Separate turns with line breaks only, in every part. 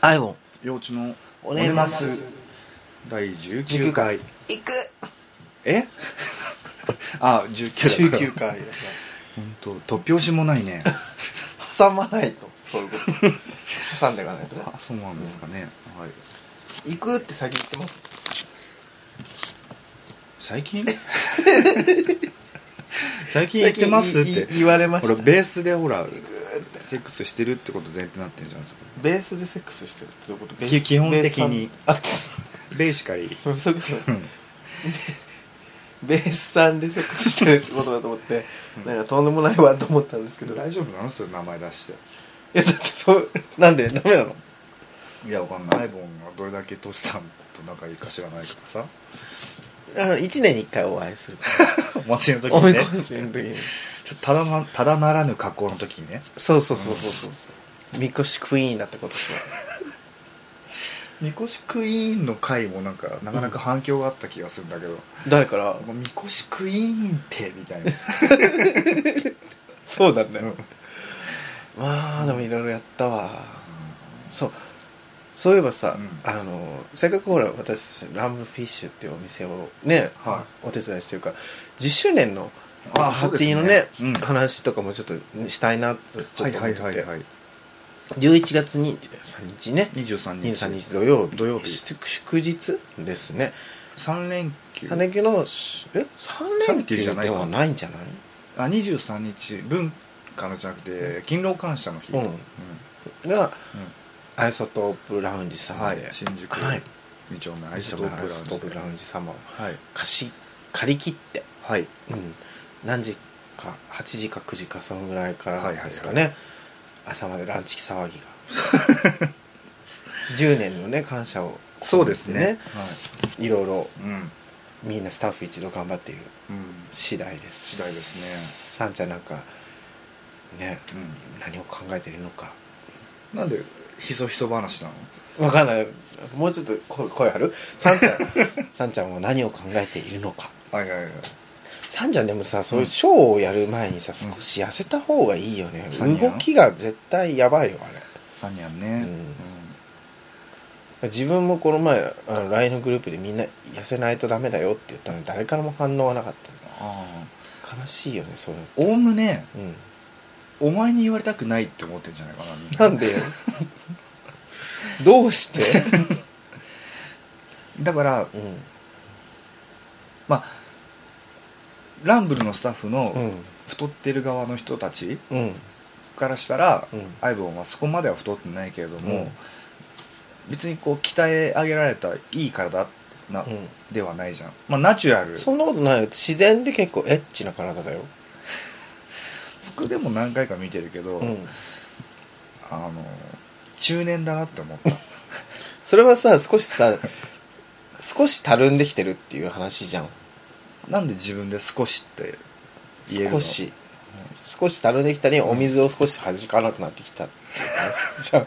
アイボン
幼稚の
おねます
第19
19回
回
いく
え あ19だ
19回
本当突拍子もないね
挟まないとそういうこと挟んでいかないとね
あそうなんですかね、はい
行くって先言ってます
最 近最近行ってます
最
っ
近
て
いい言われまし
ほ
た
らベースでほら
行くって
セックスしてるってこと前提になってんじゃんそこ
ベースでセックスしてるってどういうことベース
基本的に
ベースさんあ
ベーシカリー
そうそうそう
うん
ベースさんでセックスしてるってことだと思ってなんかとんでもないわと思ったんですけどいや
大丈夫なのそれ名前出して
だってそうなんでダメなの
いやわかんないアイボンがどれだけトシさんと仲いいか知らないからさ
あの1年に1回お会いする
お祭りの時
おみ
にね
こしの時に
ただなただならぬ加工の時にね
そうそうそうそうそうみこしクイーンだった今年は
みこしクイーンの回もなんかなかなか反響があった気がするんだけど、
誰から
なんかみこしクイーンってみた いな
そうだね
うん
まあでもいろいろやったわそうそういえばさ、
うん
あのせっかくほら私たちラムフィッシュっていうお店をね、
は
お手伝いしてるから10周年の
あ
ハ
そう
ッ
です
テ
ね
ィのね
うん
話とかもちょっとしたいなとちょ
は
っ
い
と思
は
っ
い
てて、
はいはい
11月23日ね
23日
23日土曜日
土曜日
祝祝日ですね
3連休
3連休のしえ三連休ではないんじゃない
あ23日文化のじゃなくて勤労感謝の日、
うん
うん
がアイソトープラウンジ様
はい
で、、
新宿
はい
2丁目ア
ア
イ
イ
ソ
ソ
ト
ト
ープラウンジ
ープラウンジ様を
はい、
貸し借り切って、
はい、
うん、何時か8時か9時かそのぐらいか
はいは
ら
いはい
ですかね、朝までランチ騒ぎが 10年のね感謝を
そうですね
いろいろ
はい、うん、
みんなスタッフ一同頑張っている
うん
次第です
次第です
ねさんちゃんなんかね
う
何を考えているのか
ん、なんでひそひそ話なの
わかんないもうちょっと声声張るさん ちゃんさんちゃんは何を考えているのか
はいはいはい
さんちゃんでもさそういうショーをやる前にさ、
うん
少し痩せた方がいいよね、
そうね
動きが絶対やばいよあれ
サニャンね、
うん自分もこの前あの LINE のグループでみんな痩せないとダメだよって言ったのに誰からも反応がなかったの
ああ
悲しいよねそういうの
おおむね
うん
お前に言われたくないって思ってんじゃないかなみんな
なん でよどうして、
だから
うん
まあランブルのスタッフ
う
の
ん
太ってる側の人たち
うん
からしたら、
うん
アイボンはそこまでは太ってないけれども、
うん
別にこう鍛え上げられたいい体な、
うん
ではないじゃん、まあ、ナチュラル
そんなことないよ自然で結構エッチな体だよ、
僕でも何回か見てるけど、
うん、
あの中年だなって思った
それはさ少しさ少したるんできてるっていう話じゃん
なんで自分で少しって言えるの
少し少したるんできたりお水を少し弾かなくなってきたっていう話じゃん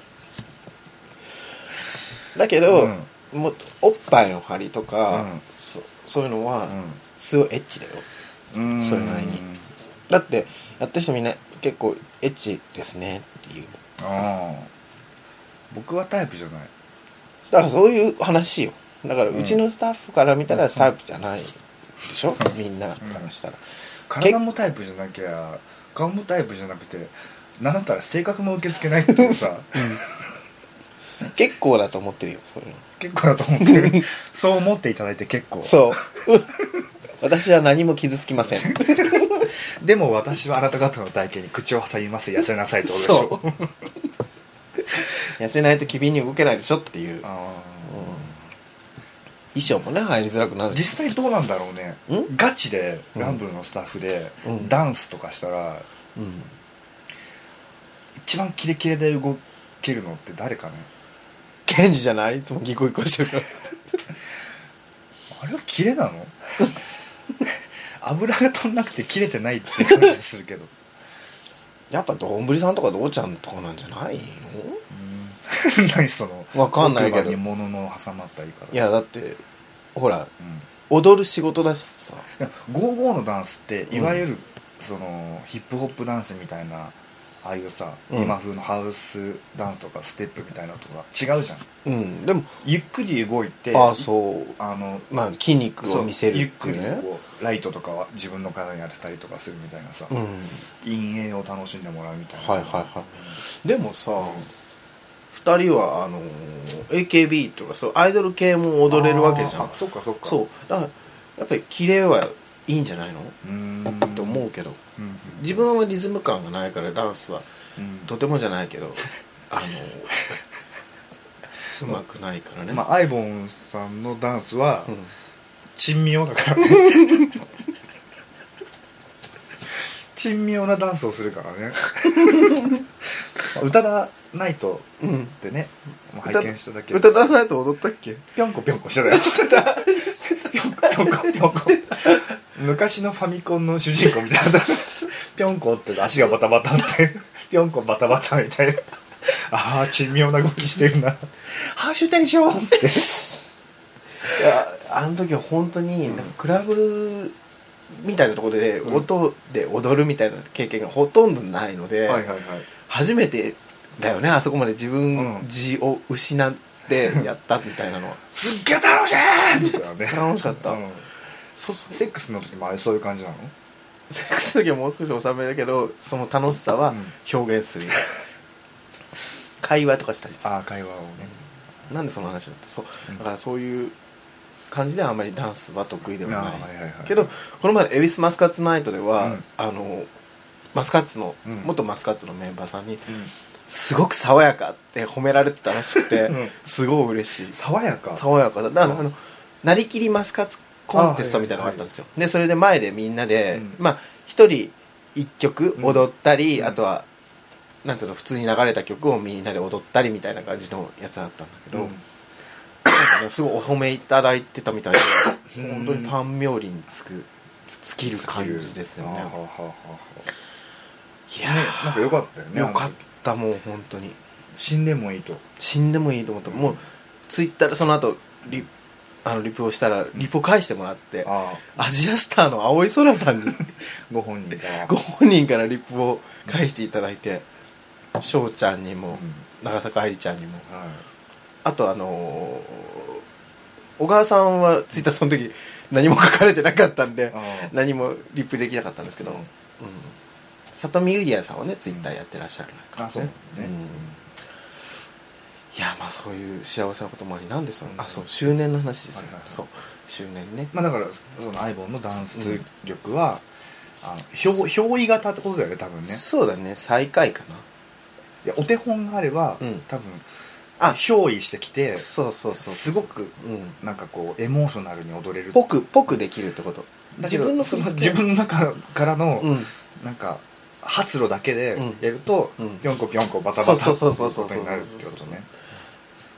だけど、もうおっぱいの張りとか、
うん
そそういうのは、
うん
すごいエッチだよ
うん
それなりにだってやった人みんな結構エッチですねっていう
ああ僕はタイプじゃない
だからそういう話よだから
うん
うちのスタッフから見たらタイプじゃないでしょ、みんなからしたら、
体もタイプじゃなきゃ顔もタイプじゃなくてなんだったら性格も受け付けないっていうさ
結構だと思ってるよそういうの
結構だと思ってるそう思っていただいて結構
そう。私は何も傷つきま せん。
でも私はあなた方の体型に口を挟みます痩せなさいってことでしょ
痩せないと機敏に動けないでしょっていう。衣
あ
装もね、入りづらくな
ー
るし。
実際どうなんだろうね
ん
ガチでランブルのスタッフで
うん
ダンスとかしたら
うん。
一番キレキレで動けるのって誰かね
ケンジじゃないいつもギコギコしてるから。
あれはキレなの 油が飛んなくて切れてないって感じするけど
やっぱ、どんぶりさんとかどうちゃんとかなんじゃないの
何その
わかんないけど
奥歯に物の挟まった言い方
いや、だって、ほら、
うんい
踊る仕事だしさ。
やゴーゴーのダンスっていわゆる、そのヒップホップダンスみたいなああいうさ、
うん
今風のハウスダンスとかステップみたいなのとか違うじゃん
うんでも
ゆっくり動いて
ああそう
あの
まあ筋肉を見せる
ゆ
っ
ってく
いう
り
ね
こうライトとかは自分の体に当てたりとかするみたいなさ、
うん
陰影を楽しんでもらうみたいな
はいはいはいでもさ二人はあのー AKB とかそうアイドル系も踊れるわけじゃ
あ
ん
ーそっかそっか
そうだからやっぱりキレはいいんじゃないの
うーん
って思うけど
うんうん
自分はリズム感がないからダンスは
うん
とてもじゃないけ どあのうまくないからね、
まあアイボンさんのダンスは
うん
珍妙だからね珍妙なダンスをするからね まあ歌だないと
うん
ってね、まあ、
歌
拝見しただけ
歌だないと踊ったっけ
ぴょんこぴょんこしてたやつしてたぴょんこぴょんこぴょんこ昔のファミコンの主人公みたいなぴょんこって足がバタバタってぴょんこバタバタみたいなああ珍妙な動きしてるなハッシュテンションっつって
いやあの時は本当になんかクラブみたいなところで
うん
音で踊るみたいな経験がほとんどないので、
はい
初めてだよねあそこまで自分
うん
自を失って やったみたいなのは
すっげえ楽しいってね
楽しかった、
うん
そうそう
セックスの時もあれそういう感じなの
セックスの時はもう少し収めるけどその楽しさは表現す る、会話とかしたりする
ああ会話をね
なんでその話だったそう
うん
だからそういう感じではあんまりダンスは得意ではない,、
あーはいはいはい
けどこの前の「恵比寿マスカッツナイト」では、
うん
あのマスカッツの、
うん
元マスカッツのメンバーさんに
うん
「すごく爽やか」って褒められてたらしくて、
うん
すごい嬉しい
爽やか
爽やかだだから、
うん
あのなりきりマスカツコンテストみたいなのがあったんですよ、でそれで前でみんなで、
うん
まあ一人一曲踊ったり、
うん
あとはなんつうの普通に流れた曲をみんなで踊ったりみたいな感じのやつだったんだけど、
うん
なんかねすごいお褒めいただいてたみたいで
うん
本当にパン妙理につく尽きる感じですよね
はあはあはあはあ
い
ね
やー
なんか良かったよね
よかったもう本当に
死んでもいいと
死んでもいいと思ったもうツイッターでその後リあのリプをしたらリプを返してもらって
あ
アジアスターの青井空さんに
ご本人が
ご本人からリプを返していただいて翔ちゃんにも長坂愛理ちゃんにも
は
あとあのー小川さんはツイッターその時何も書かれてなかったんで
ああ
何もリプできなかったんですけど、うん、里見ゆりやさんはねツイッターやってらっしゃるから
あそうね
うんいやまあそういう幸せなこともありなんでそのあそう周年の話ですよ、
はいはいはい
そう周年ね、
まあだからそのアイボンのダンス力は、あの表表意型ってことだよね多分ね
そうだね最下位かない
やお手本があれば、
うん
多分
あ
憑依してきて
そうそうそう
すごく
うん
なんかこうエモーショナルに踊れる
ぽくぽくできるってこと
だけどそ
振り
の
付
自
け
分の中からの、
うん
なんか発露だけで
うん
やると、
うん
ぴょんこぴょんこバタバタ
そう
って
そうそう
こ
そう
とになるってことねだか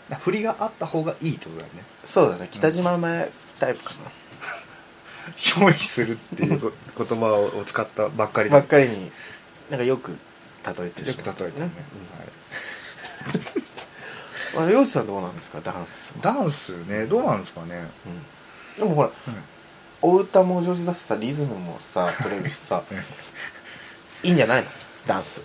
ら振りがあった方がいいってことだよね
そうだね北島前タイプかな、
憑依するってい うこ言葉を使ったばっかり
ばっ
よ
かりになんかよく例えてしま
く例えてね、はい
うんあれ洋治さんどうなんですかダンスは、
ダンスねどうなんですかね、
うん、でもほらお歌も上手だしさリズムも さ取れるしさいいんじゃないのダンス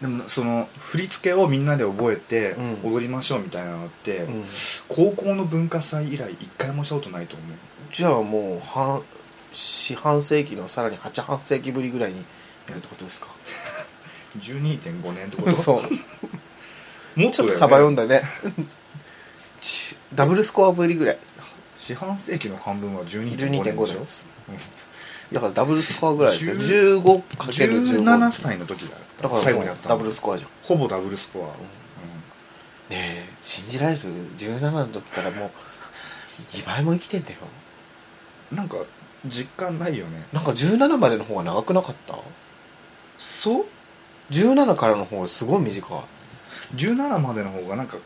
でもその振り付けをみんなで覚えて
うん
踊りましょうみたいなのって、
うん
高校の文化祭以来一回もしたことないと思う
じゃあもう半四半世紀のさらに八半世紀ぶりぐらいにやるってこと ですか
12.5年っ てこと
嘘
もっ
ち
と
ょっと
だよね
サバ読んだねちダブルスコアぶりぐらい
四半世紀の半分は12.5年
12.5
でし
だ
ょ
よだからダブルスコアぐらいですよ
10
15×15
17歳の時だよ
だから
最後にやったの
ダブルスコアじゃん
ほぼダブルスコア、
ねえ信じられる17の時からもう2倍も生きてんだよ
うんなんか実感ないよね
なんか17までの方が長くなかった
そう
17からの方がすごい短い
17までの方がなんか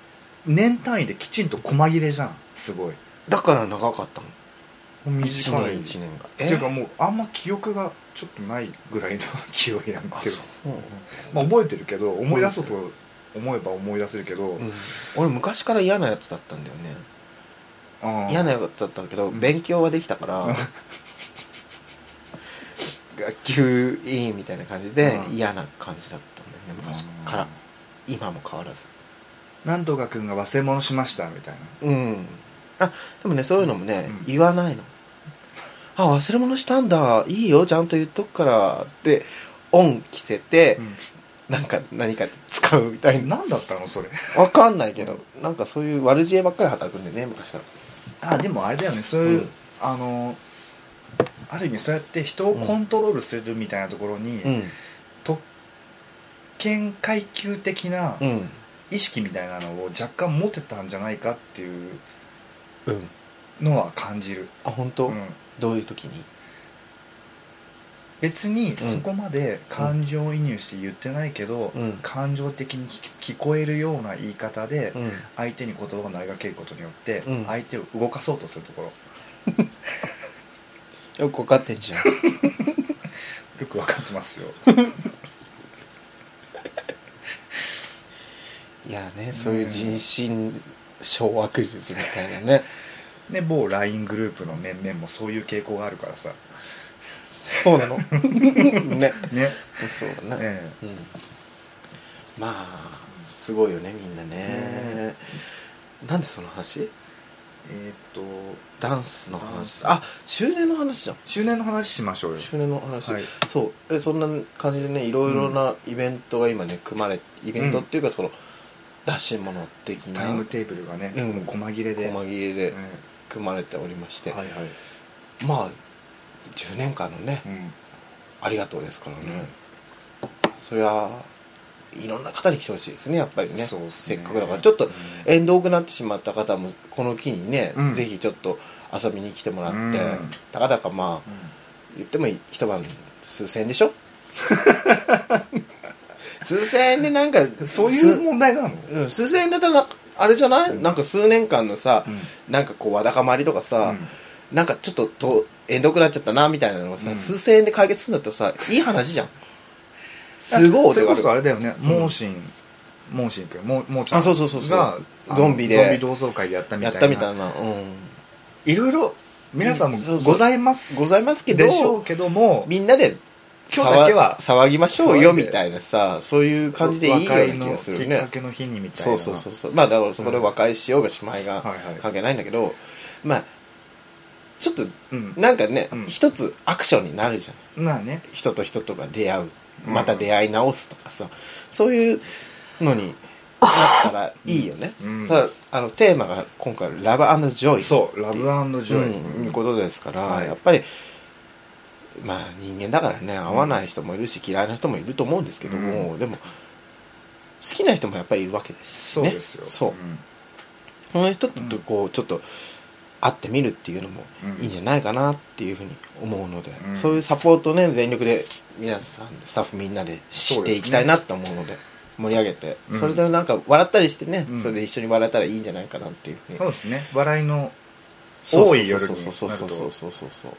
年単位できちんと細切れじゃんすごい
だから長かったの
短い
1年1年が
っていうかもうあんま記憶がちょっとないぐらいの記憶なんだ
あ
けど
そう、
まあ覚えてるけど思い出そうと思えば思い出せるけど、
うん、俺昔から嫌なやつだったんだよね
あー
嫌なやつだったんだけど
うん
勉強はできたから、学級委員みたいな感じで
うん
嫌な感じだったんだよね昔から今も変わらず
なんとか君が忘れ物しましたみたいな
うんあでもねそういうのもね、
うん
言わないのあ忘れ物したんだいいよちゃんと言っとくからってオン着せて、なんか何かで使うみたいな
何だったのそれ
わかんないけどなんかそういう悪知恵ばっかり働くんでね昔から
あでもあれだよねそういう、
うん
あのある意味そうやって人をコントロールするみたいなところに、
うん
特権階級的な
うん
意識みたいなのを若干持てたんじゃないかっていう
うん
のは感じる、
あ本当、
うん
どういう時に
別にそこまで感情移入して言ってないけど、
うん
感情的に聞聞こえるような言い方で
うん
相手に言葉を投げかけることによって
うん
相手を動かそうとするところ
よくわかってんじゃん
よくわかって ますよ
いやねそういう人心掌握術みたいなね
ね某 LINE グループの面々もそういう傾向があるからさ
そう なの ね
ね
そうだね、
え
うん、まあすごいよねみんなね、なんでその話
ええーっと
ダンスの話
ダン
あ周年の話じゃん
周年の話しましょうよ
周年の話、
はい
そうえそんな感じでねいろいろなイベントが今ね組まれイベントっていうかその出し物的な
タイム
細
テーブルがね、
うん
細切れで、
切れで
う
組まれておりまして、
んはいはい、
まあ10年間のね、
うん
ありがとうですからね、そりゃいろんな方に来てほしいですねやっぱりね
そうっす
せ
ね
っかくだからちょっと
うん
遠遠くなってしまった方もこの機にね、
うん
ぜひちょっと遊びに来てもらって、
うん
たかだかまあ言っても一晩数千円でし ょ数千円でなんか
そうい
す
う問題なの、
うん数千円だったらあれじゃない、なんか数年間のさ、なんかこうわだかまりとかさ、なんかちょっとと遠遠くなっちゃったなみたいなのがさ、
うん
数千円で解決するんだったらさいい話じゃんすごいお手
それこ
軽
そあれだよね盲信盲信くんももうちゃん
あそうそうそうそう
があの
ゾンビで
ゾンビ同窓会やったみた
やっ
いな
たみたいな、うん、
いろいろ皆さんも
そうそう
ございます
ございますけど
でしょうけども
みんなで
今日だけは
騒騒ぎましょうよ
騒い
み
で
たいなさそういう感じでいいような気がする
和解のき
ね
っかけの日にみたい
そ
な
うそうそうそうまあだからそこで和解しようがしまいが
はいはい
関係ないんだけど、まあちょっと
うん
なんかね、
うん
一つアクションになるじゃん
まあね
人と人とが出会う
うん
また出会い直すとかさ、そういうのになったらいいよね、
うん
ただあのテーマが今回「ラブジョイ」
そうラブジョイ、
うん、いうことですから、
はい
やっぱりまあ人間だからね合わない人もいるし、嫌いな人もいると思うんですけども、でも好きな人もやっぱりいるわけですし
そう
ね
ですよ、
そうその人とこうちょっと会ってみるっていうのも
うん
いいんじゃないかなっていうふうに思うので、
うん
そういうサポートをね全力で皆さんスタッフみんなでしていきたいなと思うので盛り上げて、
うん
それでなんか笑ったりしてね、
うん
それで一緒に笑えたらいいんじゃないかなっていうふうに
そうですね笑いの
そう
多い夜になると
そうそうそうそうそうそうそう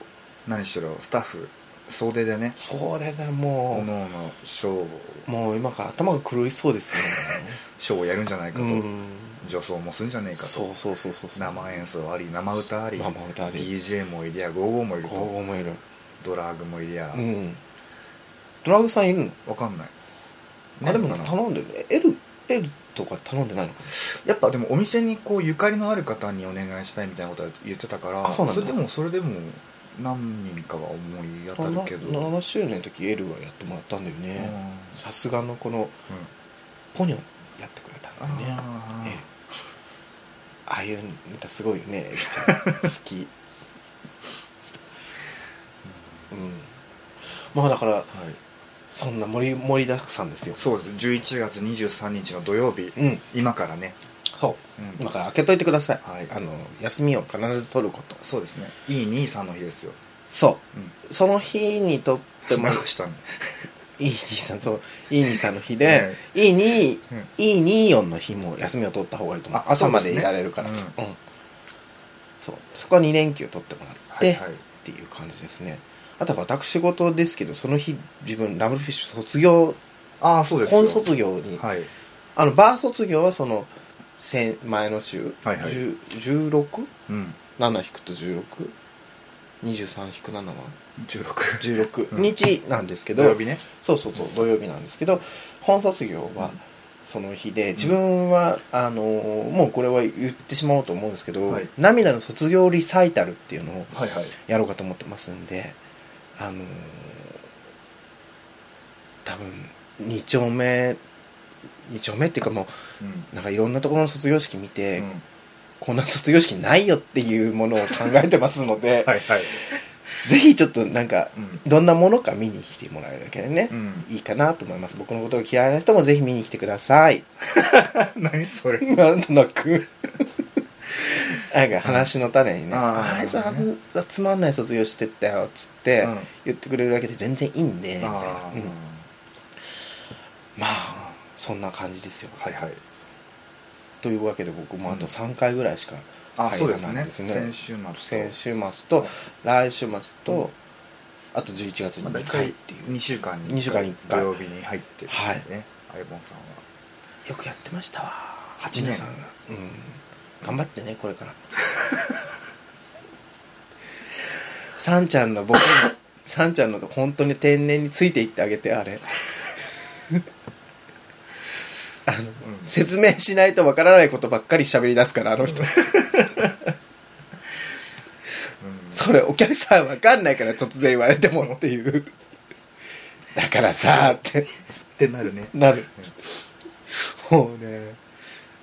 何しろスタッフ総出でね
そうだよね
各
も
々ショーを
うもう今から頭が狂いそうですよ、
ショーをやるんじゃないかと、
うん
女装もするんじゃないかと
そうそうそうそうそう
生演奏あり生歌あり
生歌あり
DJ もいりゃ55もいる
こう
と
思える
ドラッグもいりゃ、
うんドラグさんいるの
わかんない
あでも
ないのかな
頼んでるえ L, L とか頼んでないのか
やっぱでもお店にこうゆかりのある方にお願いしたいみたいなことは言ってたから
あそうなんだ
れでもそれでも何人かは思い当た
な
るけどうん
7周年の時 L はやってもらったんだよねさすがのこのポニョやってくれたんだよね
あー
L ああいうネタすごいよね L ちゃ ん好きうんまあだから
はい、
そんな盛り盛りだくさんですよ
そうです11月23日の土曜日、
うん
今からね
そう、
うん
今から開けといてください、
はい
あの休みを必ず取ること
そうですねいい兄さんの日ですよ、
そう
うん、
その日にとっても
思いましたね
いい兄さんそういい兄さんの日で、いいに
うん
いいに四の日も休みを取った方がいいと思う
あ
朝ま
そう
で
で
い
すね
られるから
うん
うんそうそこは2連休取ってもらって、
はいはい
っていう感じですねあとは私事ですけどその日自分ラブルフィッシュ卒業
ああそうですよ
本卒業に、
はい
あのバー卒業はその先前の週、
はいはい
十 16?
うん
7引くと1623引く7は
16
16日なんですけど、
土曜日ね
そうそうそう土曜日なんですけど本卒業はその日で自分は、あのーもうこれは言ってしまおうと思うんですけど、
はい
涙の卒業リサイタルっていうのを
はいはい
やろうかと思ってますんであのー多分2丁目2丁目っていうかも
うん
うなんかいろんなところの卒業式見て、
うん
こんな卒業式ないよっていうものを考えてますので、
はいはい
ぜひちょっとなんか
うん
どんなものか見に来てもらえるだけでね、
うん
いいかなと思います僕のことが嫌いな人もぜひ見に来てください
何そ れ
なんとな くなんか話の種にね「あ
あー
いつ
な
あ
るほど
んなつまんない卒業してったよ」っつって
うん
言ってくれるだけで全然いいんでみたいな、
あ
う
ー
んまあそんな感じですよ
はいはい
というわけで僕もあと3回ぐらいしか
あそ
入
うで
ら
す
ないん
ね
ですね
先週末
先週末と来週末と、あと11月
とま
に
あ
2
大
回っ
体
ていう、
2週間
二週間に一回
土曜日に入って
はい
ねアイボンさんは
よくやってましたわ
八年
皆さんがうん頑張ってねこれから さんちゃんの僕に さんちゃんの本当に天然についていってあげてあれ あの、
うん
説明しないとわからないことばっかり喋り出すからあの人、
うん
それお客さんわかんないから突然言われてもっていうだからさーって
ってなるね
なるもうね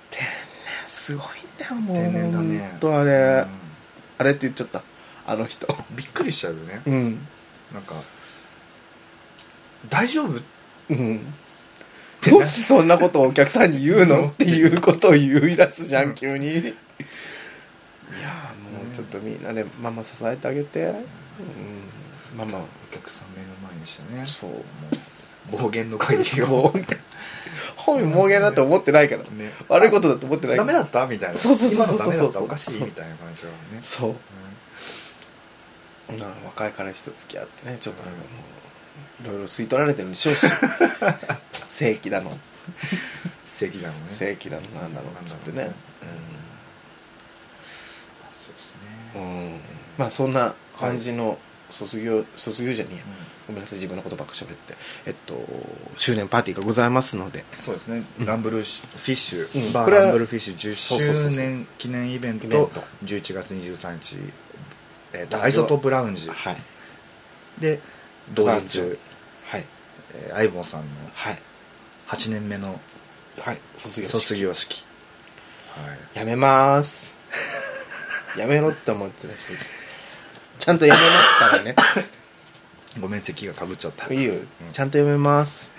天然すごいんだよもう
天然だね
ほんとあれ、
う
あれって言っちゃったあの人
んびっくりしちゃうよね
うん
なんか大丈夫
うん
て
ど
な
うしてそんなことをお客さんに言うのっていうことを言い出すじゃ
うんん
急にいやーもうちょっとみんなでママ支えてあげてうんママ
お客さん目の前にしてね
そう
もう暴言の会議を
暴言本人暴言だと思ってないから
ね
悪いことだと思ってない
ダ
か
メ
ら
だったみたいな
そうそうそうそう
今のダメだった
そうそうそう
おかしいみたいな感じだからね
そうな若い彼氏と付き合ってねちょっとなんかもういろいろ吸い取られてるんでし ょうし正規だの
正義だもんね
正規だのなんだろうっつってね
なんだろ
う
そ
んまあそんな感じの卒業、卒業じゃねえやごめんなさい自分のことばっか喋ってえっと周年パーティーがございますので
うですねうんそうですねランブルフィッシュ、
うん
バ
こ
ー
れは
ランブルフィッシュ
そうそうそうそ
10
う
周年記念イベント
イベント
11月23日、え
ラジ
ー
オ
とアイソトープラウンジ
はい
で同
ラジ
日
オはい
えーアイボンさんの
はい
8年目の
はい卒業式
卒業式はい
やめまーすやめろって思ってた人ちゃんとやめますから ね
ごめん席がかぶっちゃった
いいよちゃんとやめます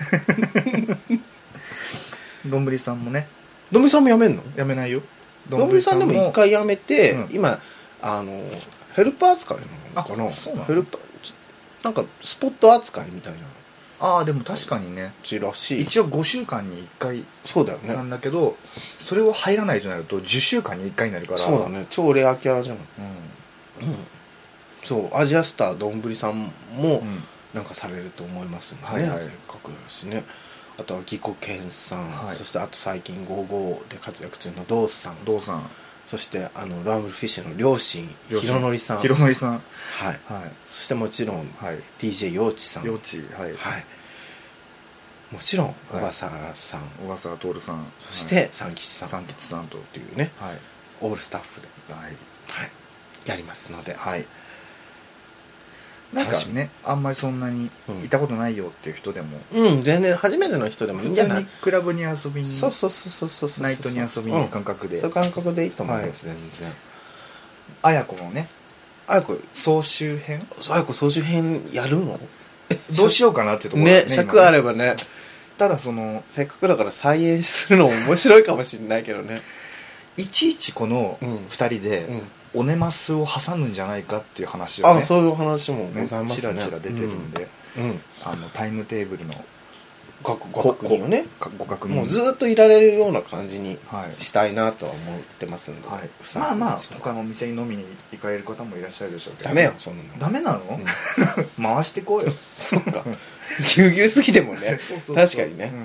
どんぶりさんもね
どんぶりさんもやめんの
やめないよ
どんぶりさんでも一回やめて、
うん
今あのヘルパー扱いなのかな
あそうなの
ヘルパーちなんかスポット扱いみたいなう
ああでも確かにね
ちらしい
一応5週間に1回
そうだよ
なん
ね
だけど、それを入らないとなると10週間に1回になるから
そうだね超レアキャラじゃん、
う
そうアジアスターどんぶりさんも、
ん、うん
なんかされると思いますんでね、
はいはい
せっかくだしねあとはギコケンさん、
はい
そしてあと最近55で活躍中のドースさん
お父さん
そしてあのランブルフィッシュの両親
両
ひ
親
ろのりさん
ひろのりさんは
はい
い
そしてもちろん
はい
DJ 陽地さん
幼稚はい、
はい、もちろん小
はい
笠原さん、
小笠原徹さん
そして三吉さんっ
三吉さんと
ていうね
はい
オールスタッフで、
はい
はい、やりますので、
はいなん
楽
か
しみ
ねあんまりそんなに行ったことないよっていう人でも、
うん全然初めての人でもいいん
普
じゃ
通
な
に
い
クラブに遊びに
そうそうそうそうそうそう
ナイトに遊びに行く感覚
うん
で
そういう感覚でいいと思います、全然
あや子のね
あやこ
総集編
あやこ総集編やるの
どうしようかなっていうところだ
ね尺あれ
今ね
ばね
ただその
せっかくだから再演するのも面白いかもしれないけどね
いちいちこの
うん
2人で、
うん
おねますを挟むんじゃないかっていう話をね
あそういう話もご
ね
ざいます
ち
ね
らちら出てるんで、
うん、うん、
あのタイムテーブルの
ごご確認をね
ごご確認
もうずーっといられるような感じに
はい
したいなとは思ってますんで、
はい
ふ、さ
まあまあ
ふさ
他のお店に飲みに行かれる方もいらっしゃるでしょうけど
ダメよそんなの
ダメなの、
うん
回してこうよ
そっかぎゅうぎゅうすぎてもね
そうそうそう
確かにね、
う
う
ん
ん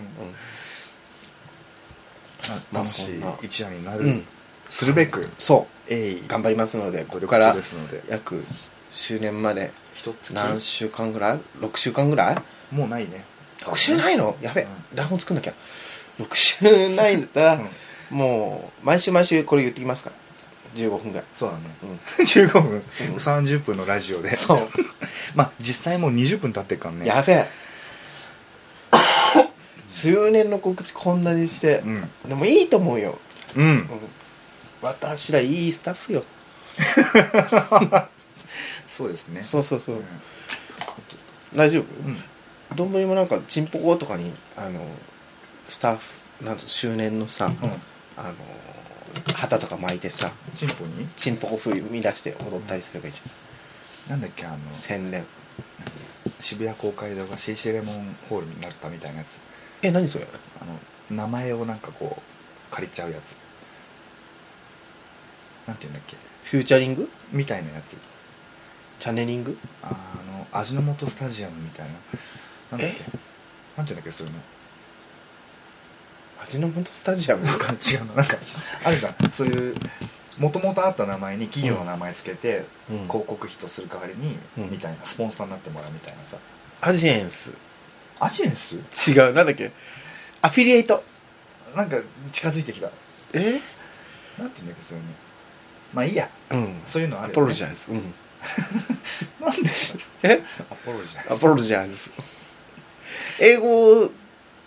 まあ
楽しい
そんな
一夜になる、
うん
するべく
そ
鋭意
う頑張りますのでこ
努
こ
力
か
中
ら
ですので
約周年まで
一つ
何週間ぐらい6週間ぐらい
もうないね
6週ないのやべ、
う
台本作んなきゃ6週ないんだったら、
うん
もう毎週毎週これ言ってきますから15分ぐらい
そうだね
うん
15分、30分のラジオで
そう
まあ実際もう20分経ってっからね
やべえ 数年の告知こんなにして
う、ん
でもいいと思うよ、
うん
うん、私らいいスタッフよ
そうですね
そうそうそう、
うん
大丈夫
うん
どんぶりもなんかチンポコとかにあのスタッフなんつうの周年のさ、
うん
あの旗とか巻いてさ
チンポに
チンポコ振り出して踊ったりすればいいじゃん、
なんだっけあの
宣伝
渋谷公会堂がシーシレモンホールになったみたいなやつ
え何それ
あの名前をなんかこう借りちゃうやつなんていうんだっけ
フューチャリング
みたいなやつ
チャネリング
あーあの味の素スタジアムみたいななんだっけなんていうんだっけそういうの
味の素スタジアム
なんか違うのなんかあるじゃんそういうもともとあった名前に企業の名前つけて、
うん
広告費とする代わりに、
うん
みたいなスポンサーになってもらうみたいなさ
アジエンス
アジェンス
違うなんだっけアフィリエイト
なんか近づいてきた
え
なんていうんだっけそういうのまあいいや
うん
そういうのあ
ア
る
ポ
よ
ロ
ね
ジャイズ、うん、
なんでしょ
え
アポロジ ャ
アポロジャイズ英語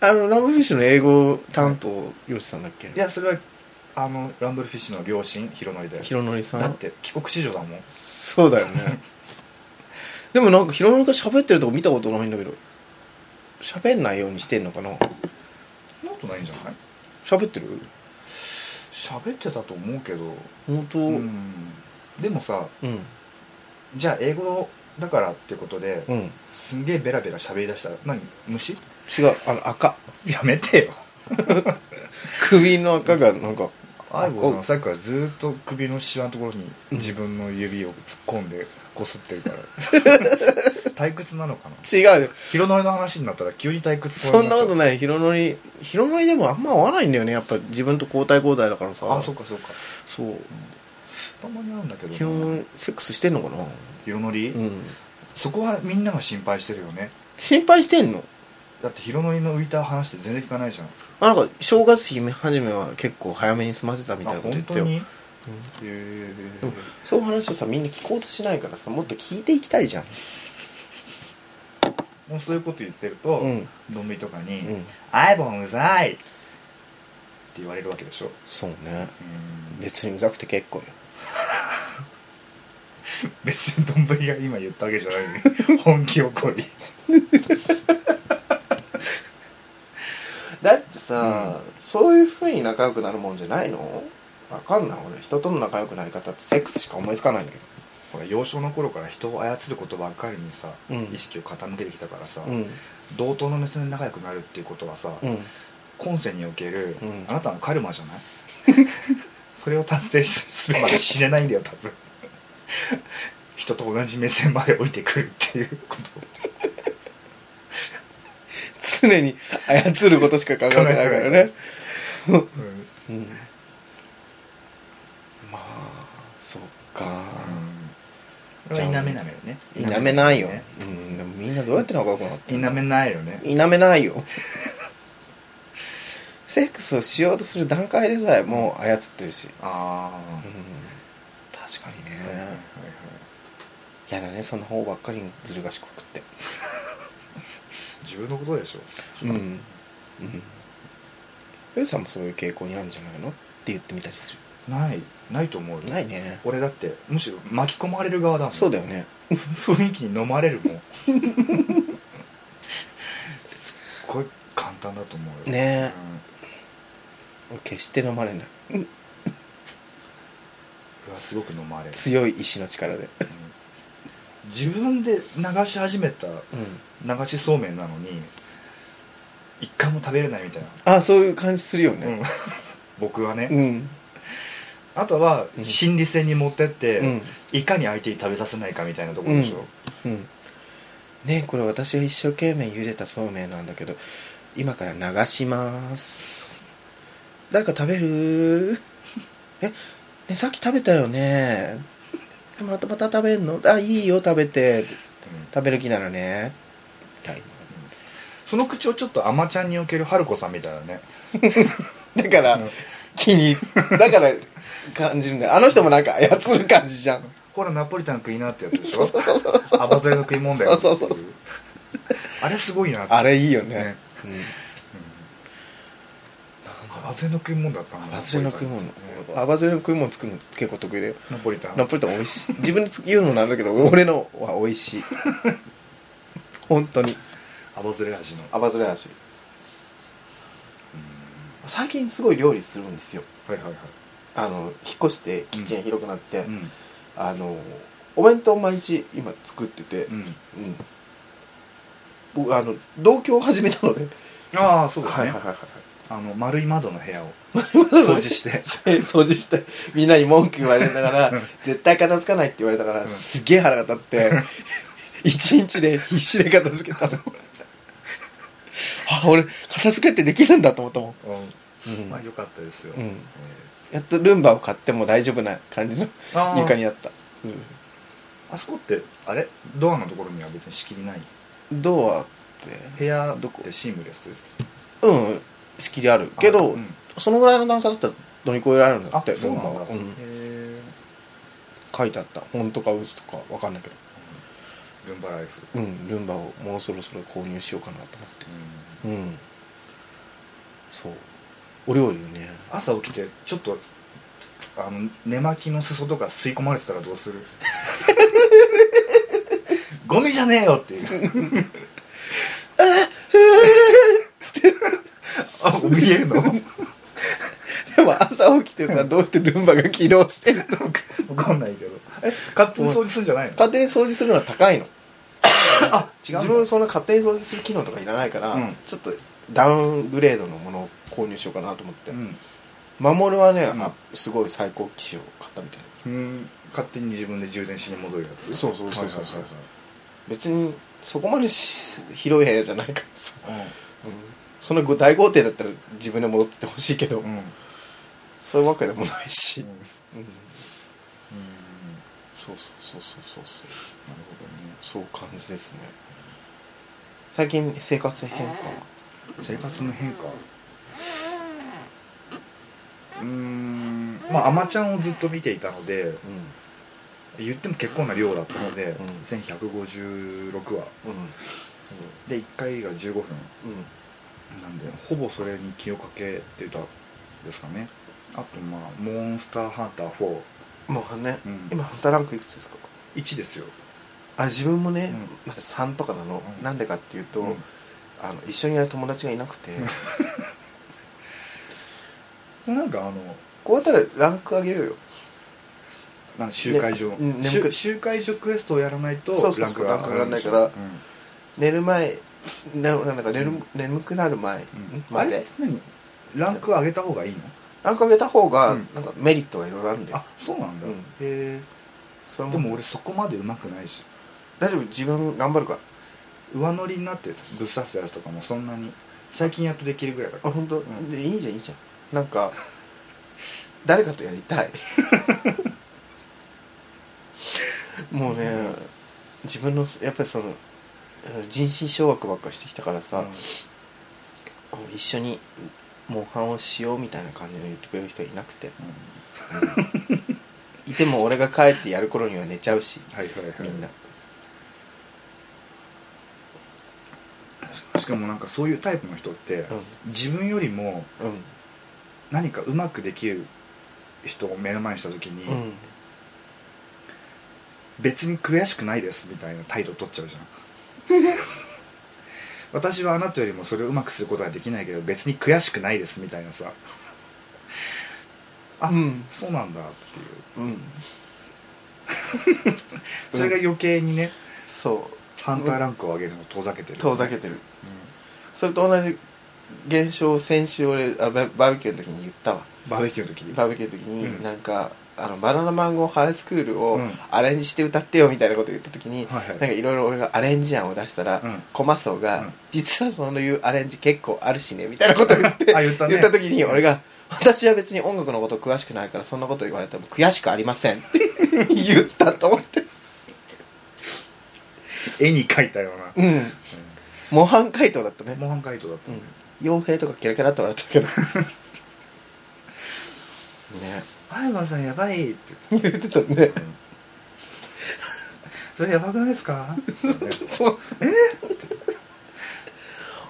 あのラムフィッシュの英語担当漁師さんだっけ
いやそれはあのランブルフィッシュの両親ヒロノリだよ
ひろのりさん
だって帰国子女だもん
そうだよね でもなんかひろのりが喋ってるとこ見たことないんだけど喋んないようにしてんのかな
そんなことないんじゃない
喋ってる
喋ってたと思うけど
本当う
うんんでもさ
うん
じゃあ英語だからってことで、
うん
すんげえベラベラ喋りだしたら何虫
違うあの赤
やめてよ
首の赤がなんか
アイボさんさっきからずーっと首のシワのところに自分の指を突っ込んでこすってるから 退屈なのかな
違うよ
ヒロノリの話になったら急に退 屈
そんなこと
ない
ないヒロノリヒロノリでもあんま合わないんだよねやっぱ自分と交代交代だからさ
あそうかそうか
そう
たまにあるんだけ
ヒロ
ど
ノ
な
リセックスしてんのかな
ヒロノリ、
うん
そこはみんなが心配してるよね
心配してんの
だってヒロノリの浮いた話って全然聞かないじゃん
あなんか正月日始めは結構早めに済ませたみたいなこと言って
あ
よ
本当に、へ
でも
ー
そういう話をさみんな聞こうとしないからさもっと聞いていきたいじゃん
もうそういうこと言ってると、
うん
どんぶりとかに
うん
「アイボンうざい!」って言われるわけでしょ
そうね
うん
別にうざくて結構よ
別にどんぶりが今言ったわけじゃないの に本気怒り
だってさ、そういうふうに仲良くなるもんじゃないのわかんない俺人との仲良くなり方ってセックスしか思いつかないんだけ
ほら幼少の頃から人を操ることばっかりにさ、
うん
意識を傾けてきたからさ、
どうん
同等の目線で仲良くなるっていうことはさ、
うん
今世における、
うん
あなたのカルマじゃ ないそれを達成するまで死ねないんだよ多分人と同じ目線まで降りてくるっていうこと
常に操ることしか考えてないからね、
うん
うん、まあそっか、
これは否めないよね
否めないよ、うん、でもみんなどうやって仲良くなって
否
んの
めないよね
否めないよセックスをしようとする段階でさえもう操ってるし、
あ
う
あ
ん、確かにね、
はいはいはい
やだねその方ばっかりにずる賢くって
自分のことでしょ
うんうんゆうさんもそういう傾向にあるんじゃないのって言ってみたりす
ないないと思うよ
るないね
俺だってむしろ巻き込まれる側だもん
そうだよね
雰囲気に飲まれるもんすっごい簡単だと思うよ
ね俺決して飲まれない
うん俺はすごく飲まれる、
強い意志の力で
うん自分で流し始めた
うん
流しそうめんなのに一回も食べれないみたいな
あそういう感じするよね
うん僕はね、
うん
あとは
うん
心理戦に持ってって、
うん
いかに相手に食べさせないかみたいなところでしょ、
うんねえこれ私が一生懸命茹でたそうめんなんだけど今から流します誰か食べるえねさっき食べたよねまたまた食べんのあいいよ食べて食べる気ならねみたい
その口をちょっとあまちゃんにおける春子さんみたいなね
なだから、気にだから感じるんだよあの人もなんか操る感じじゃん
ほらナポリタン食いなってやつでし
そう
ょ
そうそうそうそう
あばずれの食いもんだよ
そうそうそう
あれすごいなって
あれいいよね
ね
うん
あばずれの食いもんだったんだ
アバズレの食い物
ね
アバズレの食い物作るの結構得意だよ
ナポリタン
ナポリタン美味しい 自分で言うのなんだけど俺のは美味しい本当に
あばずれ味の
アバズレ味最近すごい料理するんですよ
はいはいはい
あの引っ越してキッチンが広くなって、
うん
あのお弁当毎日今作ってて
う、ん
うん僕あの同居を始めたので、
ああそうだ
はい
ね
はいはいはい
あの丸い窓の部屋を
窓
掃
の
除して
掃除してみんなに文句言われながら絶対片付かないって言われたから、
ん
すげえ腹が立って 一日で必死で片付けたのあ俺片付けってできるんだと思ったもん、
うんまあ良かったですよ
うん
え
やっとルンバを買っても大丈夫な感じの
ーあー
床になった、う
あそこってあれドアのところには別に仕切りない
ん、ドアっ
部屋
ど
ど
こ
こってシームレス
てうん仕切りあるけ
あ
ど、
うん
そのぐらいの段差だったら乗り越えられるんだ
あ
って
そうなんだ
ルンバはうん
へえ
書いてあった本とか嘘とかわかんないけど
ルンバライフ
うんルンバをもうそろそろ購入しようかなと思って
うん
うんそうお料理ね
朝起きてちょっとあの寝巻きの裾とか吸い込まれてたらどうす るゴミじゃねえよっ ていうあ怯えるの
でも朝起きてさどうしてルンバが起動してんのか
分かんないけどえ勝手に掃除するんじゃないの
勝手に掃除するのは高いの
あ違う
自分そんな勝手に掃除する機能とかいらないから、
うん
ちょっとダウングレードのものを購入しようかなと思って、
うん
マモルはね、
ん
あすごい最高機種を買ったみたいな
うん勝手に自分で充電しに戻るやつ
そうそうそうそうそう
はい
別にそこまでし広い部屋じゃないからさ、
はいはい
うん、その大豪邸だったら自分で戻ってってほしいけど、
うんうん
そういうわけでもないし、
うん
うん、
うん
そうそうそうそうそうそう
なるほどね
そう感じですね最近生活変化
生活の変化うーんまあアマちゃんをずっと見ていたので
う
言っても結構な量だったので、
うん
1156
ん
話
うん
で1回が15分
うん
なんでほぼそれに気をかけてたんですかねあとまあ「モンスターハンター4
もうね、
うん
今ハンターランクいくつですか」
1ですよ、
あ自分もね、
うん
まだ3とかなの、
うん
なんでかっていうと、
うん
あの一緒にやる友達がいなくて
なんかあの
こうやったらランク上げようよ
なんか集会所、
ねうん眠く
集集会所クエストをやらないと
そうそうそう
ランクが上がらない
ランクが上がら寝る前ななんだか寝る、眠くなる前、ん
あ
ま
れ
で
何ランク上げた方がいいの
ランク上げた方が、
うん
なんかメリットがいろいろあるんだよ
あそうなんだ、
うん
へえ
それ
でも俺そこまでうまくないし
大丈夫自分頑張るから
上乗りになってぶっ刺すやつとかもそんなに最近やっとできるぐらいだか
あ
ら
本当、
ん
でいいじゃんいいじゃんなんか誰かとやりた いもうね自分のやっぱりその人心掌握ばっかしてきたからさ、一緒にモンハンをしようみたいな感じの言ってくれる人いなくて
うんうん
いても俺が帰ってやる頃には寝ちゃうし
はいはいはい
みんな
しかもなんかそういうタイプの人って、
う
自分よりも
うん
何かうまくできる人を目の前にした時に、
うん
別に悔しくないですみたいな態度取っち ゃうじゃん私はあなたよりもそれをうまくすることはできないけど別に悔しくないですみたいなさあ、
うん
そうなんだっていう
うん
それが余計にね、
そう
ハンターランクを上げるのを遠ざけてる、
遠ざけてるそれと同じ現象を先週俺あババーベキューの時に言ったわ
うんバーベキューの時に
バーベキューの時に、
うん
なんかあのバナナマンゴーハイスクールを
うん
アレンジして歌ってよみたいなこと言った時に、
はいはい
なんかいろいろ俺がアレンジ案を出したら、
うん
コマソが、
うん
実はそういうアレンジ結構あるしねみたいなことを言って
あ言ったね
時に俺が私は別に音楽のこと詳しくないからそんなこと言われても悔しくありませんって言ったと思って
絵に描いたような、
うん、模範解答だったね
模範解答だった
う
ね、
ん傭兵とかキラキラって笑って たけどね
アイマンさんやばいって言って
言ってたね
た、うんそれやばくないですか って言ってたね
そう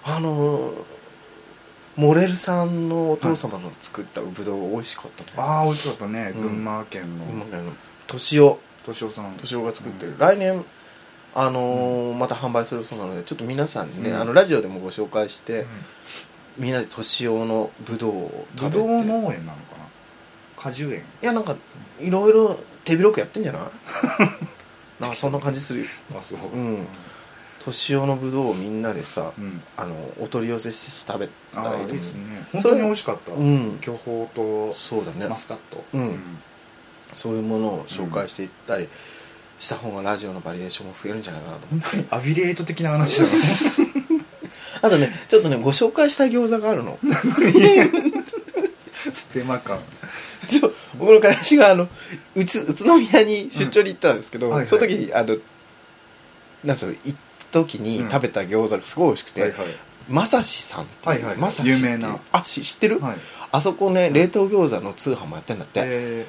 あのーモレルさんのお父様の作ったぶどう美味しかったね、
ああ美味しかったね、
うん
群馬県の
今ねあの敏夫
敏夫さん
敏夫が作ってる、来年あのーまた販売するそうなのでちょっと皆さんにね、
うん
あのラジオでもご紹介して、みんなで敏夫のぶどうを食
ぶ
べて
どう農園なのかな果樹園
いやなんかいろいろ手広くやってんじゃ ないなんかそんな感じするよ
あそう
う
うん
年男のぶどうをみんなでさ、
ん
あのお取り寄せしてさ食べた
ああ
らい
いい
いと
で
思
す
う
ね
ん
本当に美味しかった
うん
巨峰と
そうだね
マスカット
うんそういうものを紹介していったりした方がラジオのバリエーションも増えるんじゃないかなと思う
アフィリエイト的な話だね
あとねちょっとねご紹介したい餃子があるの
手間感
ちょ僕の彼氏があのうち宇都宮に出張に行ったんですけど、
うんはいはい
その時にあのなんつうの行った時に食べた餃子がすごい美味しくて、
はいはい
まさしさんっていう、
はいはい
まさしっていう
有名な
あし知ってる、
はい
あそこね冷凍餃子の通販もやってんだって、
で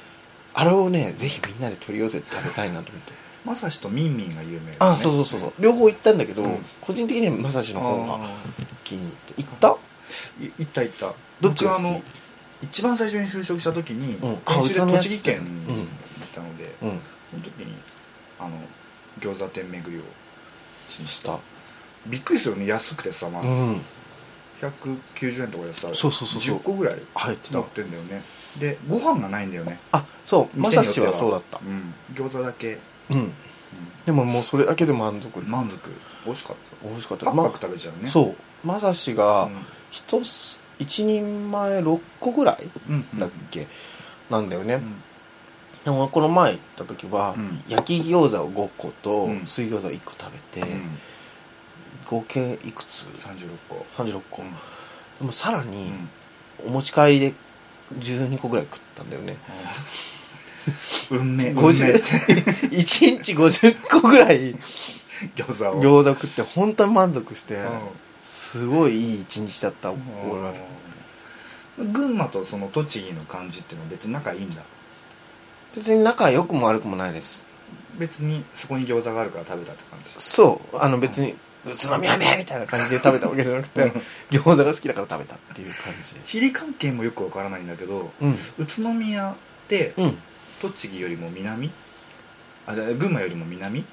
あれをねぜひみんなで取り寄せて食べたいなと思って
まさしとミンミンが有名
あそうそうそうそう両方行ったんだけど、
うん
個人的にはまさしの方が
あ
気に入って行った
ーい行った行った
どっちが好き
僕あの一番最初に就職した時に
うんあ
研修
宇都
で
宮
栃木県
う
に
ん
行ったので
うん
その時にあの餃子店巡りをしに
した
びっくりするよね安くてさまあ
うん
190円とかでさ
そうそうそうそう
10個ぐらい
入ってた
乗ってんだよねでご飯がないんだよね
あそうま
店
さ
によっ
してはそうだった
うん、餃子だけ、
うんでももうそれだけで満足、
うん満足美味しかっ
美味しかったた
パクパク
ま
食べちゃうね
そうまさし
う
が
ん
一つ一人前6個ぐらい
うんうん
だっけ、なんだよね、
うん
でもこの前行った時は、
うん
焼き餃子を5個と
うん
水餃子を1個食べて、
うん
合計いくつ
36個
36個、
うん
でもさらに
うん
お持ち帰りで12個ぐらい食ったんだよね
運命運 命
50
って
1日50個ぐらい
餃子を
餃子食って本当に満足して、
う
すごいいい一日だった俺
ん
は
うん群馬とその栃木の感じっていうのは別に仲いいんだ
別に仲良くも悪くもないです
別にそこに餃子があるから食べたって感じ
そうあの別に宇都宮めみたいな感じで食べたわけじゃなくて餃子が好きだから食べたっていう感じ
地理関係もよくわからないんだけど
うん
宇都宮って
うん
栃木よりも南あじゃあ群馬よりも南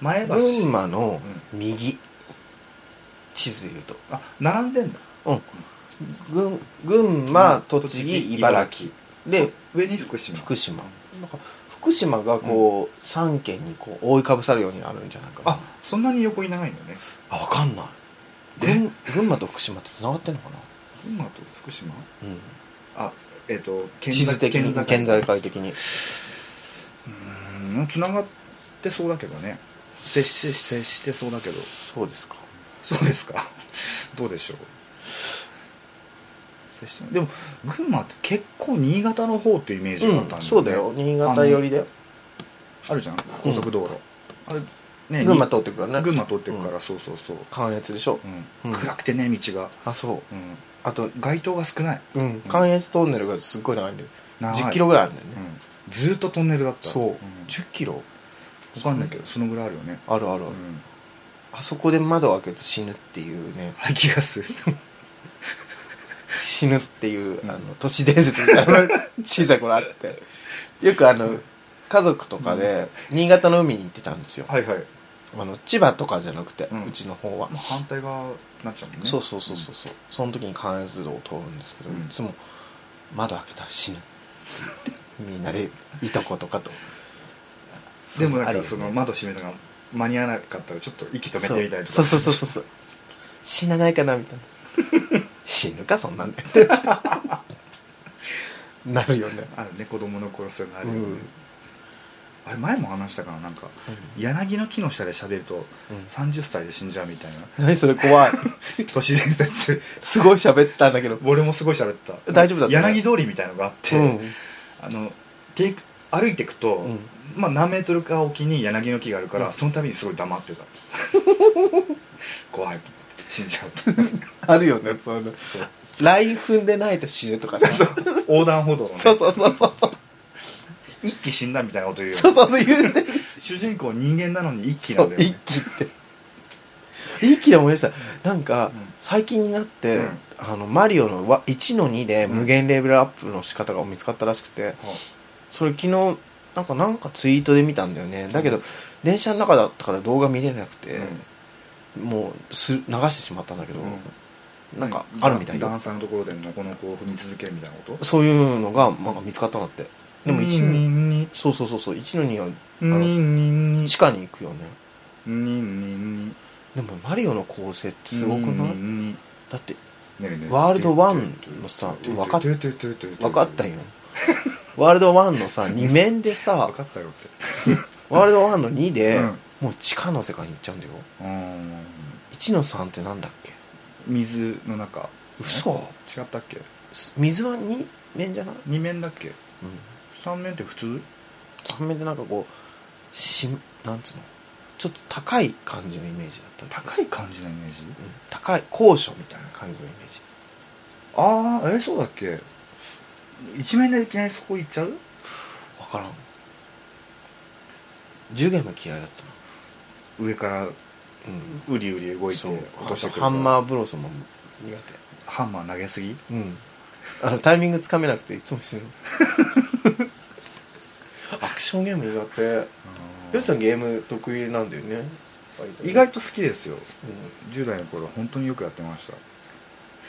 前橋
群馬の右地図で言うと
あ並んでんだ
うん群群馬
うん
栃
栃
木
木
茨城で
上に福島
福島なんか福島がこう、三3県にこう覆いかぶさるようになるんじゃないかな
あそんなに横に長いんだね
あ分かんない群群馬と福島ってつながってんのかな、
群馬と福島
うん、
あえっ、と県
地図的に県
在
在界的に
うんつながってそうだけどね接し接してそうだけど
そうですか
そうですか どうでしょう接してでも群馬って結構新潟の方ってイメージがあったんだ
うん、そうだよ新潟寄りだよ
あるじゃん高速道路、あれね
群馬通ってくからね
群馬通ってくから、そうそうそう、
関越でしょ、う
う
ん
ん、暗くてね道が、
あそう
うん、
あと、
街灯が少ない、
うん、関越トンネルがすっごい長いんだよ
長い
10キロぐらいあるんだよ
う
ね、
ん、ずーっとトンネルだった
そう、
ん、
10キロ
分かんないけどそのぐらいあるよね
あるあるある、
うん
あそこで窓を開けると死ぬっていうね
排気ガス
死ぬっていう、
うん
あの都市伝説みたいなのが 小さい頃あってよくあの家族とかで新潟の海に行ってたんですよ、
はいはい
あの千葉とかじゃなくて、う
うん
ちの方は、
まあ反対側になっちゃうもんね
そうそうそうそうそうその時に関越道を通るんですけど、
うん
いつも窓開けたら死ぬって言ってみんなでいとことかと
うんでもなん
あるよ
か
ね
その窓閉めるのが間に合わなかったらちょっと息止めてみたりとか
そうそうそうそうそう死なないかなみたいな 死ぬかそんなんだよってなるよね
あるね子供の頃そういうのあ
う
るよね、
ん
あれ前も話したかななんか柳の木の下で喋ると
うん
30歳で死んじゃうみたいな、
何それ怖い
都市伝説
すごい喋ったんだけど
俺もすごい喋った
大丈夫だったね
柳通りみたいのがあって、
うん
あのテイク歩いていくと、
うん
まあ、何メートルかおきに柳の木があるから、
うん
その度にすごい黙ってた怖い死んじゃう
あるよねそういうの
そう
ライン踏んでないと死ぬとかさそう
横断歩道のね
そうそうそうそうそう
一気死んだみたいなこと言うよ
そうそう言うて
主人公人間なのに一気な
そ
ん
う
だよ
一
ね
気って一気で思い出したなんか、最近になって、
うん
あのマリオのわ1の2で無限レベルアップの仕方が見つかったらしくて、
は
それ昨日なんかなんかツイートで見たんだよねだけど、電車の中だったから動画見れなくて、もうす流してしまったんだけど、
うん
なんかあるみたいよ
段差のところでのこの子を踏み続けるみたいなこと
そういうのがなんか見つかったんだってでも1の2
に
そうそうそうそう1の2は
にににに
地下に行くよね
ににに
でもマリオの構成ってすごくない、
ににに
だって
ねえねえ
ワールドワンのさわかっ分かったんよワールド1のさ2面でさ
分かったよって
ワールド1の2で、
うん
もう地下の世界に行っちゃうんだよ
うーん
1の3ってなんだっけ
水の中
嘘
違ったっけ
す水は2面じゃない、
二面だっけ
うん、
三面って普通
3面でなんかこうしなんつうのちょっと高い感じのイメージだった
高い感じのイメージ
うん高い高所みたいな感じのイメージ
ああえそうだっけ一面でいきなりそこ行っちゃう
分からん10ゲーム嫌いだったな
上か
う
ら
ん
うりうり動いて
そう
落
あ
として
と
くる
ハンマーブロスも苦手
ハンマー投げすぎ
うんあのタイミングつかめなくていつも死ぬ アクションゲーム苦手ヨシさんゲーム得意なんだよね
意外と好きですよ
うん
10代の頃は本当によくやってました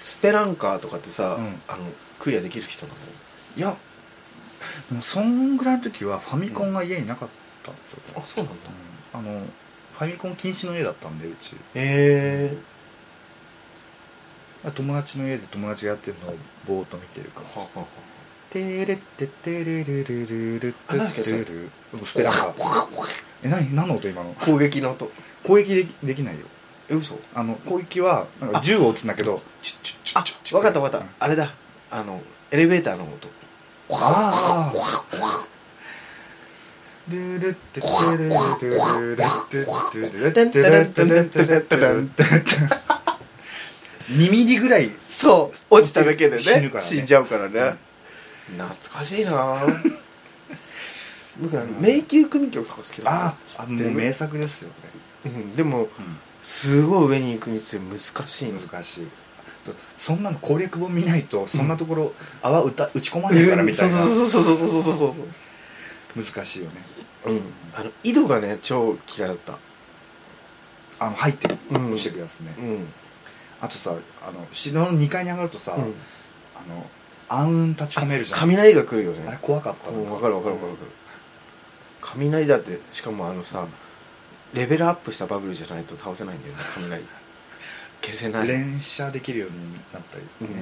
スペランカーとかってさ、
うん
あのクリアできる人ない
やでもそんぐらいの時はファミコンが家になかったんですよ、
のあそうなんだ
うんあのファミコン禁止の家だったんでうち
へえ
友達の家で友達がやってるのをぼーっと見てるから
ー、はあ、は
テレッテテレルルルルル
あなんだっけそれ
テルスペランカーえ何何の音今の
攻撃の音
攻撃できできないよ
え嘘
あの攻撃はなんか
あ
銃を撃つんだけどチュッチュッチュ
あ
ッチュッチュッ
わかったわかったあれだあのエレベーターの音
あー
あ
ドゥルッテテレルルルテルテテレテレテレテレテレ2ミリぐらい
そう落ちただけでね
死ぬからね
死んじゃうからね、懐かしいなぁ僕あの迷宮組曲とか好きだ
あ
った
あ
知って
もう名
る、
作ですよね
うん、でもすごい上に行く道難しいの
難しいそんなの攻略本見ないとそんなところ泡打た打ち込まないからみたいな
そうそうそうそうそうそうそう
難しいよね
うん、あの井戸がね超嫌いだった
あの入って
うん
落ちてくやつね
うん、
あとさあの城の2階に上がるとさあ
うん、
の暗雲立ち込めるじゃん
雷が来るよ
あれ
ね
怖かった
うんわかるわかるわかるわかる雷だってしかもあのさレベルアップしたバブルじゃないと倒せないんだよね雷消せない
連射できるようになったりね、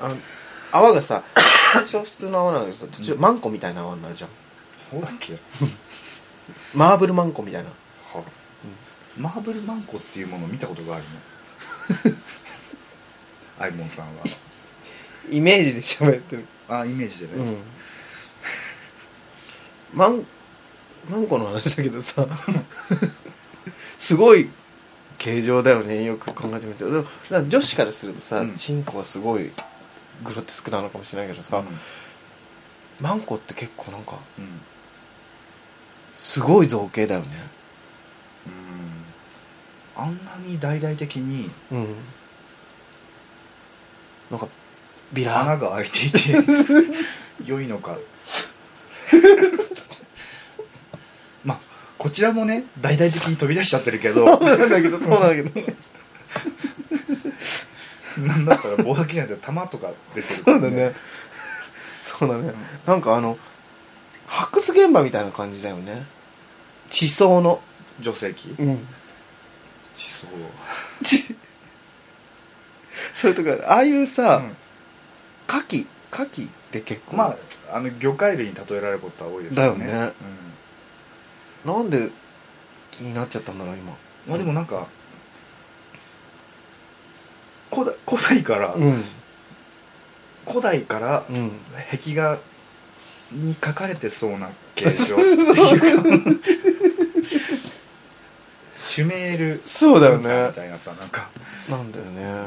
うんあの泡が さ最初は普通の泡なんだけどさ途中マンコみたいな泡になるじゃん
そうだっけ
マーブルマンコみたいな
マーブルマンコっていうものを見たことがある のアイモンさんは
イメージで喋ってる
あイメージで
う
ね、
んマンマンコの話だけどさ すごい形状だよねよく考えてみてでもなんか女子からするとさ、
うん
チンコはすごいグロテスクなのかもしれないけどさ、
うん
マンコって結構なんか
うん
すごい造形だよね
うんあんなに大々的に
うんなんかビラ
穴が開い ていて良いのかまあこちらもね大々的に飛び出しちゃってるけど
そうなんだけどそうなんだけど
なんだったら棒だけじゃなくて玉とか出てるか
そ
ら
うだねそうだね、なんかあの発掘現場みたいな感じだよね地層の
女性器
うん
地層
それとかああいうさ牡蠣牡蠣って結構
まああの魚介類に例えられることは多いですよね
だよねなんで気になっちゃったんだろう今
うんまあでもなんか古代古代から、
うん
古代から
うん
壁画に書かれてそうな 形状っていうかシュメール
そうだよね
みたいなさなんか
なんだよね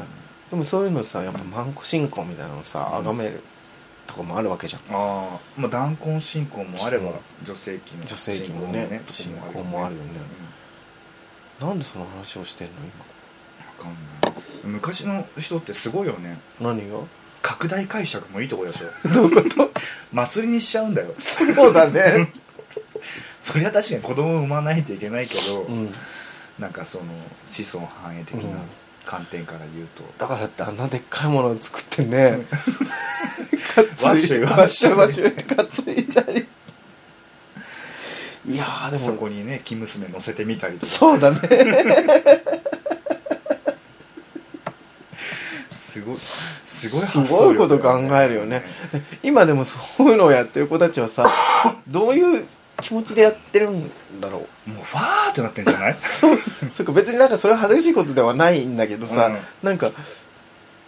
でもそういうのさやっぱマンコ信仰みたいなのさ
うん
崇めるとこもあるわけじゃん
ああまあ断根信仰もあれ
そ
ば
う
女性器の
女性器もね信
信仰
仰もあるよねなんでその話をしてんの
うんわかんない昔の人ってすごいよね
今何が
拡大解釈もいいとこでしょ どういうこと祭りにしちゃうんだよ
そうだね
そりゃ確かに子供を産まないといけないけど、
うん
なんかその子孫繁栄的な観点から言うと、
だからってあんなでっかいものを作ってねか
わっ
つ
しょ
い
い
わ
わ
っ
っ
し
し
ょ
ょ
い
い
わっしょいってかついたりいやーで
そ
も
こにね生娘乗せてみたりとか
そうだね
すごいすごい
す
発
ご
想
いこと
力
考
だね
えるよね今でもそういうのをやってる子たちはさどういう気持ちでやってるんだろう
もうファーってなってんじゃない
そう そうか別になんかそれは恥ずかしいことではないんだけどさ、
うん
なんか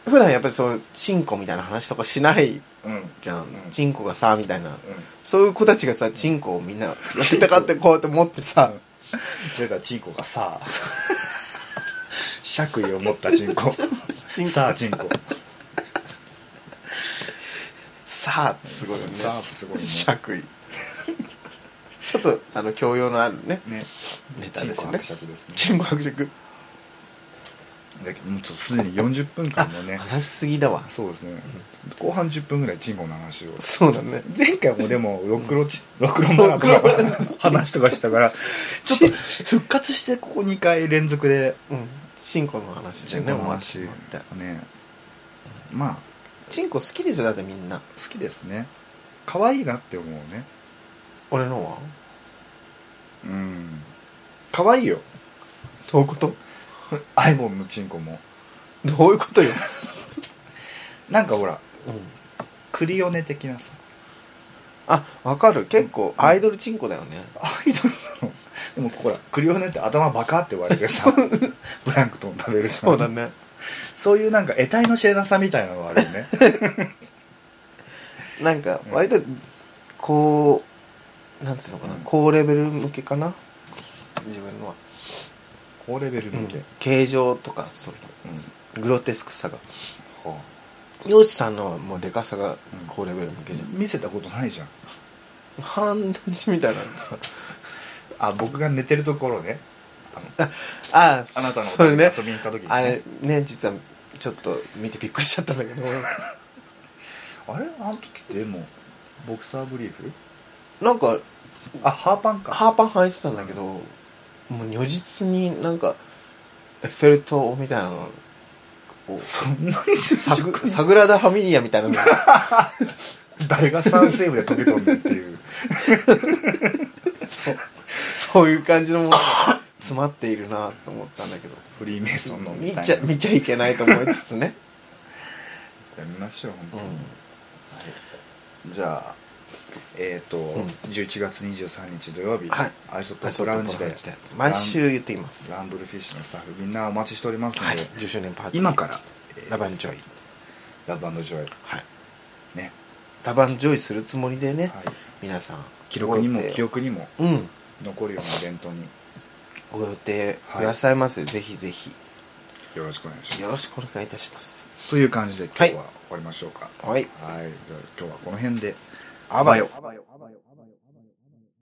普段やっぱりそのチンコみたいな話とかしない
うん、うん、
じゃん、
うん
チンコがさみたいなそういう子たちがさチンコをみんなやってたかってこうやって持ってさ、
出たチンコが さあ爵位を持ったチンコ
チンコ
さあチンコ
さあってすごいよね
さあってすごいね
爵位ちょっとあの教養のあるね
ね
ネタ
チ
で
ンコ
すね
伯爵ですね
チンコ伯爵
だけどもうちょっとすでに40分間もね
話しすぎだわ
そうですね後半10分ぐらいチンコの話を
そうだね
前回もでもろくろちろくろマラソンの話とかした からちょっと復活してここ2回連続で
うんチンコの話でね
の
終わってしまって
ねまあ
チンコ好きですよだってみんな
好きですね可愛いなって思うね
俺のは
うん可愛 いよ
どういうこと
アイボンのチンコも
どういうことよ、
なんかほら
うん、
クリオネ的なさ
あわかる結構
うん
アイドルチンコだよね、
アイドルなのでもほらクリオネって頭バカって言われ てさプランクトン食べるさ
そうだね
そういうなんか得体の知れなさみたいなのがあるよね
なんか
うん
割とこうなんつうのかな、
うん
高レベル向けかな自分のは、
高レベル
う
向
ん
け、
形状とかその
うん
グロテスクさが
はあ
洋治さんのはもうでかさが
うん
高レベル向けじゃん、
見せたことないじゃん
半立ちみたいなのさ
あ僕が寝てるところねあの
ああ
あなたの
それね
遊びに行った時にね
あれね実はちょっと見てびっくりしちゃったんだ けど
あれあの時ってでもボクサーブリーフ
なんか
あハーパンか
ハーパン履いてたんだけどもう如実になんかエッフェル塔みたいなのを
そんなに
サグサグラダ・ファミリアみたいなの が
誰がサンセーブで飛び込んでっていう
そうそういう感じのものが 詰まっているなと思ったんだけど
フリーメイソンの
見
みたいな
ちゃ見ちゃいけないと思いつつ ね、
やめましょう本
う
当
ん
に、じゃあえっ、と、
ん
11月23日土曜日、
はい
アイソップラウンジで
毎週言っています
ランブルフィッシュのスタッフみんなお待ちしておりますの
はい
で、
10周年パーティー
今から、えー
ラバンジョイ
ラブジョイ
はい
ね、
ラバンジョイするつもりでね、
はい、
皆さん
記録にも記
憶
憶にも
うん
残るようなイベントに
ご予定くださいませ、ぜひぜひ
よろしくお願いします
よろしくお願いいたします
という感じで今日は終わりましょうか
はい
はい、じゃあ今日はこの辺で
あばよ
あばよ